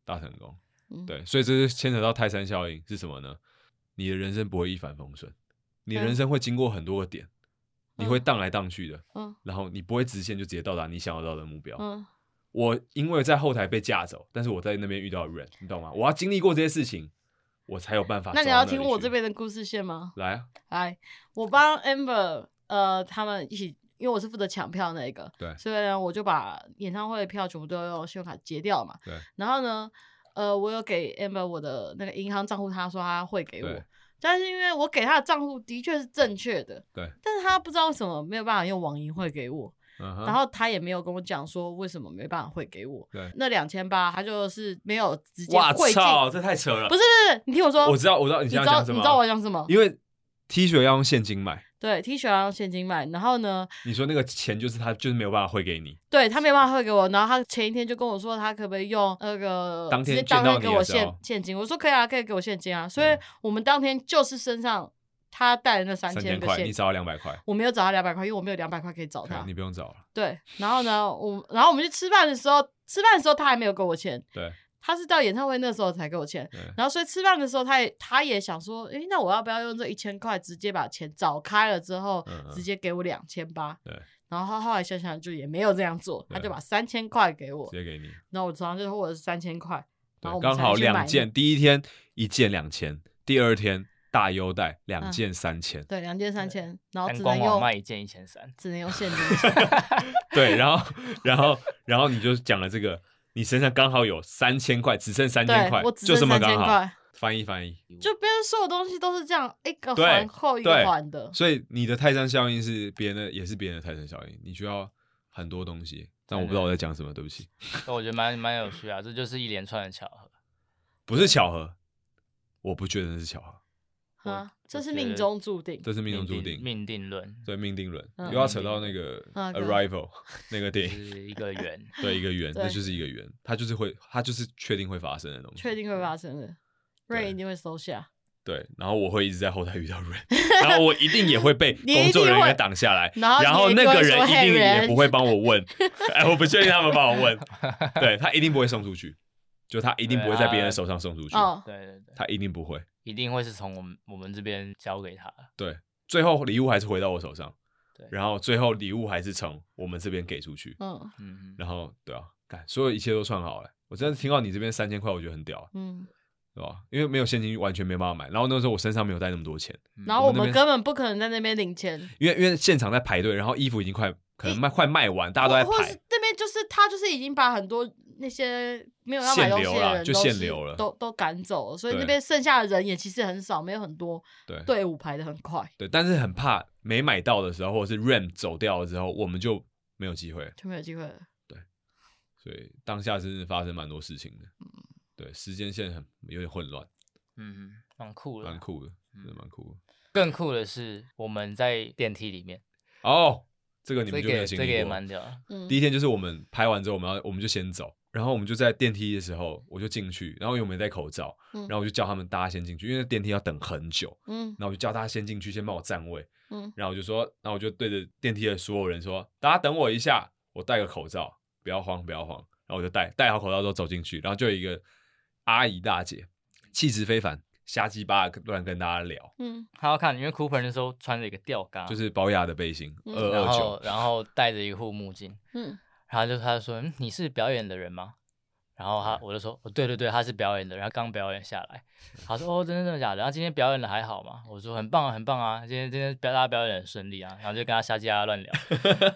S1: 大成功。
S3: 嗯
S1: 对，所以这是牵扯到泰山效应是什么呢？你的人生不会一帆风顺，你的
S3: 嗯
S1: 人生会经过很多个点，你会
S3: 嗯
S1: 荡来荡去的，
S3: 嗯
S1: 然后你不会直线就直接到达你想要到的
S2: 哦
S1: 目标。
S3: 嗯，
S1: 我因为在后台被架走，但是我在那边遇到人，你懂吗？我要经历过这些事情，我才有办法走
S3: 那
S1: 到里去。
S3: 你要听我这边的故事线吗？
S1: 来啊，
S3: 来，我帮 Amber 呃他们一起，因为我是负责抢票那一个，
S1: 对
S3: 所以呢我就把演唱会的票全部都用信用卡结掉嘛。
S1: 对，
S3: 然后呢，呃，我有给 Amber 我的那个银行账户，他说他会给我
S1: 对，
S3: 但是因为我给他的账户的确是正确的，
S1: 对，
S3: 但是他不知道为什么没有办法用网银汇给我，
S1: 嗯哼，
S3: 然后他也没有跟我讲说为什么没办法汇给我。
S1: 对
S3: 那两千八他就是没有直接
S1: 哇
S3: 汇进，
S1: 操，这太扯了！
S3: 不是不是，你听我说，
S1: 我知道，我知道你
S3: 你
S1: 想
S3: 知
S1: 要
S3: 道
S1: 讲
S3: 你
S1: 什
S3: 知
S1: 么
S3: 道我
S1: 啊，
S3: 要讲什么？
S1: 因为 T 恤要用现金买，
S3: 对 T 恤要用现金买，然后呢，
S1: 你说那个钱就是他就是没有办法汇给你，
S3: 对他没办法汇给我，然后他前一天就跟我说他可不可以用那个
S1: 当
S3: 直
S1: 天
S3: 接当
S1: 见到
S3: 天
S1: 你
S3: 给
S1: 的
S3: 我
S1: 时
S3: 现
S1: 候嗯
S3: 现金，我说可以啊，可以给我现金啊，所以我们当天就是身上他带的那三
S1: 三
S3: 千
S1: 千
S3: 个
S1: 块，
S3: 现
S1: 你
S3: 金。
S1: 找两百块，
S3: 我没有找他两百块，因为我没有两百块可以找
S1: 对
S3: 他
S1: 你。不用找了，
S3: 对，然后呢，我然后我们去吃饭的时候，吃饭的时候他还没有给我钱，
S1: 对
S3: 他是到演唱会那时候才给我钱。
S1: 对
S3: 然后所以吃饭的时候，他也他也想说，诶，那我要不要用这一千块直接把钱找开了之后，
S1: 嗯嗯
S3: 直接给我两千八？
S1: 对，
S3: 然后他后来想想就也没有这样做，他
S1: 对
S3: 就把三千块给我
S1: 直，接给你，
S3: 然后我手上就说我的三千块，然后
S1: 对，
S3: 我们
S1: 刚
S3: 才
S1: 好
S3: 去买
S1: 两
S3: 那
S1: 件，，第一天一件两千，第二天大优待
S3: 嗯
S1: 两件三千，
S3: 对，两件三千，然后
S2: 但
S3: 只
S2: 官
S3: 能
S2: 网
S3: 用
S2: 卖一件一千三，
S3: 只 能用现金，
S1: 对，然后然后然后你就讲了这个，你身上刚好有三千块，只剩三千
S3: 对
S1: 块
S3: 我，只
S1: 就这
S3: 剩
S1: 么
S3: 三
S1: 刚
S3: 千
S1: 好，
S3: 块，
S1: 翻译翻译，
S3: 就别人所有东西都是这样一个
S1: 对
S3: 环扣一个
S1: 对
S3: 环的，
S1: 所以你的泰山效应是别人的，也是别人的泰山效应，你需要很多东西，但我不知道我在讲什么，对不起，
S2: 那我觉得蛮蛮有趣啊，这就是一连串的巧合。
S1: 不是巧合，我不觉得那是巧合，
S2: 我
S3: 啊，这
S2: 我
S3: 是
S2: 觉
S3: 命
S2: 得
S3: 中注定，
S1: 这是命中注定，
S2: 命定论，
S1: 对命定论，
S3: 嗯
S1: 又要扯到那个
S3: 嗯
S1: Arrival 那个
S2: 就
S1: 电影，
S2: 是一个圆。
S1: 对一个圆，
S3: 对
S1: 那就是一个圆，它就是会，它就是确定会发生的东西，
S3: 确定会发生的，
S1: 嗯
S3: 瑞
S1: 对
S3: 一定会收下，
S1: 对，然后我会一直在后台遇到人， 然后我一定也会被工作人员挡下来，
S3: 你一定会
S1: 然后那个人
S3: 然后
S1: 一
S3: 你也
S1: 定
S3: 跟我说
S1: 也
S3: “Hey，
S1: 不会帮我问，哎，我不确定他们帮我问，对他一定不会送出去，就他一定不会在别人的手上送出去，
S3: 哦，
S2: 对对对，
S1: 他一定不会，
S2: 一定会是从我们我们这边交给他。
S1: 对，最后礼物还是回到我手上
S2: 对，
S1: 然后最后礼物还是从我们这边给出去，
S3: 嗯
S2: 嗯，
S1: 然后对啊，干，所有一切都算好了。我真的听到你这边三千块，我觉得很屌啊，
S3: 嗯，
S1: 对吧？因为没有现金，完全没办法买。然后那时候我身上没有带那么多钱，
S2: 嗯
S3: 然后我
S1: 我们那
S3: 们
S1: 边
S3: 根本不可能在那边领钱，
S1: 因为因为现场在排队，然后衣服已经快可能卖快卖完，大家都在
S3: 或或
S1: 排
S3: 是。那边就是他就是已经把很多那些没有要买
S1: 限
S3: 东
S1: 流
S3: 西的
S1: 啦
S3: 人
S1: 就
S3: 都
S1: 限
S3: 是
S1: 流了
S3: 都都赶走了，所以那
S1: 对
S3: 边剩下的人也其实很少，没有很多
S1: 对
S3: 队伍排的很快，
S1: 对，但是很怕没买到的时候，或者是 RAM 走掉了之后，我们就没有机会了。
S3: 就没有机会了。
S1: 所以当下真是发生蛮多事情的。对，时间线很有点混乱，
S2: 嗯，蛮酷的
S1: 蛮
S2: 啦。
S1: 酷的，真的蛮酷的。
S2: 更酷的是我们在电梯里面，
S1: 哦，这个你
S2: 这
S1: 们就
S2: 个
S1: 没有
S2: 也这
S1: 经
S2: 个
S1: 历
S2: 也
S1: 过
S2: 蛮。屌的。
S3: 嗯
S1: 第，一天就是我们拍完之后，我们要我们就先走，然后我们就在电梯的时候，我就进去，然后因为我没戴口罩，
S3: 嗯
S1: 然后我就叫他们大家先进去，因为电梯要等很久，
S3: 嗯
S1: 然后我就叫大家先进去，先帮我占位，
S3: 嗯，
S1: 然后我就说，然后我就对着电梯的所有人说，大家等我一下，我戴个口罩，不要慌，不要慌。然后我就戴戴好口罩之后走进去，然后就有一个阿姨大姐，气质非凡，瞎鸡巴地乱跟大家聊，
S3: 嗯
S2: 他要看，因为 Cooper 那时候穿着一个吊嘎，
S1: 就是保雅的背心
S3: 嗯
S1: 二二
S2: 啊然后
S1: 九，
S2: 然后戴着一个护目镜，
S3: 嗯
S2: 然后就他就说、嗯、你是表演的人吗？然后
S1: 嗯
S2: 他我就说哦对对对，他是表演的人，他刚表演下来。他说哦真的真的假的？然后今天表演的还好吗？我说很棒啊很棒啊，今天今天表大家表演得很顺利啊。然后就跟他瞎鸡 巴乱聊，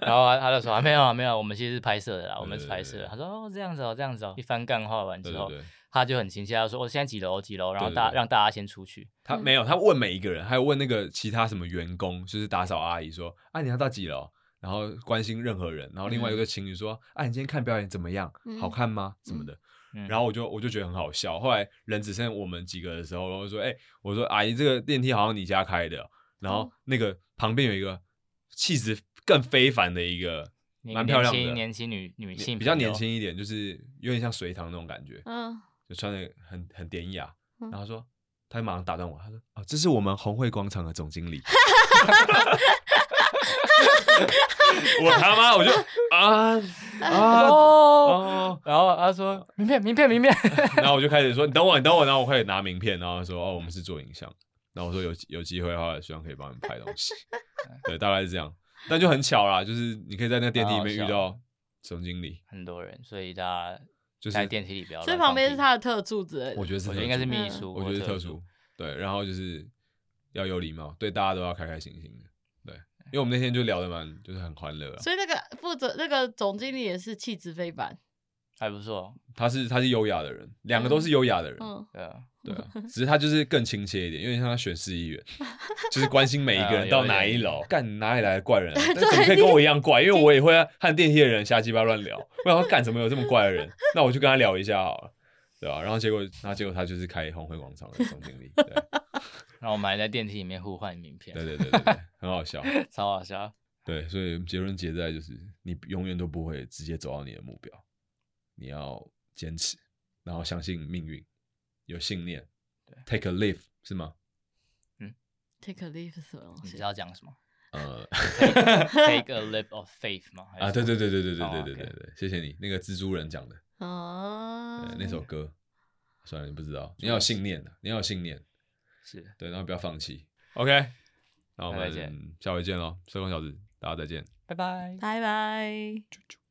S2: 然后他他就说、啊、没有啊没有啊，我们其实是拍摄的啦，我们是拍摄的。他说哦这样子哦这样子哦，一番干话完
S1: 对
S2: 之
S1: 对
S2: 后，
S1: 对，
S2: 他就很亲切，他说我、哦、现在几楼几楼，然后
S1: 对对
S2: 大
S1: 对
S2: 让大家先出去。
S1: 他没有，他问每一个人，还有问那个其他什么员工，就是打扫阿姨说，啊你要到几楼？然后关心任何人，然后另外有个情侣说，啊你今天看表演怎么样？
S3: 嗯
S1: 好看吗？什么的。
S2: 嗯嗯，
S1: 然后我就我就觉得很好笑。后来人只剩我们几个的时候，然后就说：“哎、我说阿姨，这个电梯好像你家开的哦。”然后
S3: 哦
S1: 那个旁边有一个气质更非凡的一个，
S2: 你
S1: 蛮漂亮的
S2: 年轻年轻女女性
S1: 比较
S2: 朋友
S1: 年 轻一点，就是有点像隋唐那种感觉，
S3: 嗯，
S1: 就穿的很很典雅。
S3: 嗯
S1: 然后说，他就马上打断我，他说：“哦，这是我们红会广场的总经理。” 我他妈，我就啊啊
S2: 哦。
S1: 哦，
S2: 然后他说名片名片名片，
S1: 然后我就开始说：“你等我，你等我。”然后我开始拿名片，然后说：“哦，我们是做影像。”然后我说有：“有机会的话，希望可以帮你们拍东 西。”对，大概是这样。但就很巧啦，就是你可以在那个电梯里面遇
S2: 蛮好笑
S1: 到总经理，
S2: 很多人，所以大家
S1: 就是
S2: 在电梯里不要乱放屁。
S3: 所以旁边是他的特助之类的嗯
S1: 我。觉得是
S2: 我
S1: 特殊，
S2: 觉得应该是
S3: 命
S2: 秘书，
S1: 我觉得是特殊
S2: 殊。。
S1: 对，然后就是要有礼貌，对大家都要开开心心的。对，因为我们那天就聊得蛮，就是很欢乐啊。
S3: 所以那个负责那个总经理也是气质非凡，
S2: 还不错，
S1: 他是他是优雅的人，两个都是优雅的人，
S3: 嗯，
S2: 对啊，
S1: 对啊，只是他就是更亲切一点，有点像他选市议员，就是关心每一个
S2: 啊
S1: 人
S2: 有
S1: 到哪
S2: 有
S1: 一
S2: 有
S1: 楼。干哪里来的怪人、啊？但怎么可以跟我一样怪？因为我也会啊和电梯的人瞎鸡巴乱聊。我想说，干怎么有这么怪的人？那我去跟他聊一下好了，对吧、然后结果，然后结果他就是开红会广场的总经理，对
S2: 然后我们还在电梯里面互换名片，
S1: 对对对对对，很好笑。
S2: 超好笑。
S1: 对，所以结论结在就是，你永远都不会直接走到你的目标，你要坚持，然后相信命运，有信念，take a leap 是吗？
S3: take a leave 是什么东
S2: 你知
S3: 西？
S2: 道讲 什么
S1: 呃。
S2: ？Take a leap of faith 吗？还是
S1: 啊，对对对对对对
S2: 哦
S1: 对对
S2: ，OK
S1: 对对，谢谢你，那个蜘蛛人讲的
S3: 啊
S1: 对那
S2: 嗯
S1: 首歌，算了，你不知道，你要有信念的，你要有信念，
S2: 是，
S1: 对，然后不要放弃。OK，那我
S2: 下回见
S1: 们下回见喽，社工小子，大家再见。
S2: 拜拜。
S3: 拜拜。